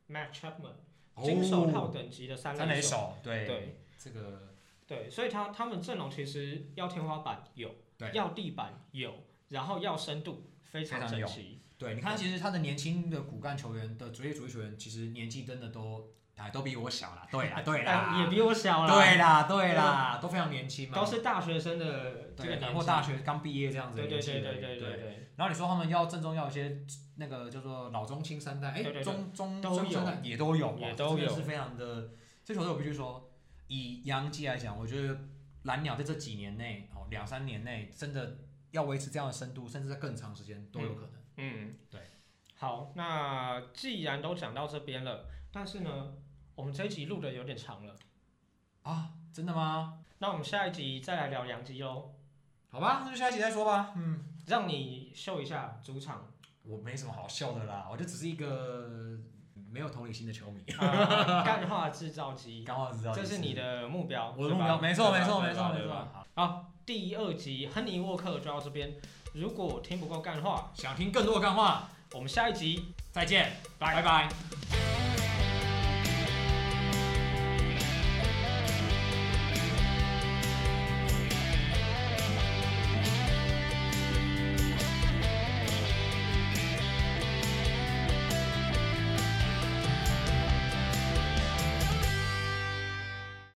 S2: Matt Chapman，、金手套
S1: 哦
S2: 等级的三
S1: 三垒
S2: 手，
S1: 手，哎对
S2: 对，
S1: 这个
S2: 对，所以他他们阵容其实要天花板有
S1: 对，
S2: 要地板有，然后要深度非常
S1: 非常
S2: 整
S1: 有
S2: 齐，
S1: 对，你看，其实他的年轻的骨干球员的职业主力球员，其实年纪真的都哎都比我小啦，对啦，对啊
S2: 但也
S1: 啦，
S2: 比我小啦，
S1: 对啦，对啦，都非常年轻嘛，
S2: 都是大学生的这个
S1: 对，
S2: 年
S1: 或
S2: 纪
S1: 大学刚毕业这样子的
S2: 对
S1: 年
S2: 对
S1: 纪
S2: 对
S1: 而
S2: 对
S1: 已
S2: 对
S1: 对。
S2: 对
S1: 然后你说他们要正宗要一些那个叫做老中青三代，哎、
S2: 对对对
S1: 中中
S2: 都
S1: 中三代也都有，
S2: 也
S1: 哇
S2: 都
S1: 真的
S2: 有
S1: 是非常的。这球队我必须说，以杨基来讲，我觉得蓝鸟在这几年内，哦两三年内，真的要维持这样的深度，甚至在更长时间都有可能。
S2: 嗯，
S1: 对。
S2: 好，那既然都讲到这边了，但是呢，我们这一集录的有点长了，
S1: 啊，真的吗？
S2: 那我们下一集再来聊两集喽，
S1: 好吧，那就下一集再说吧。嗯，
S2: 让你秀一下主场。
S1: 我没什么好笑的啦，我就只是一个没有同理心的球迷。
S2: 啊干话制造机，
S1: 刚好知道，
S2: 这是你，的目标，
S1: 我的目
S2: 对吧
S1: 标，没错，
S2: 对吧
S1: 没错，
S2: 对吧
S1: 没错，
S2: 对
S1: 没
S2: 吧
S1: 错。好
S2: 好，第二集亨尼沃克就到这边。如果听不够干话，
S1: 想听更多的干话，
S2: 我们下一集
S1: 再见，
S2: 拜
S1: 拜拜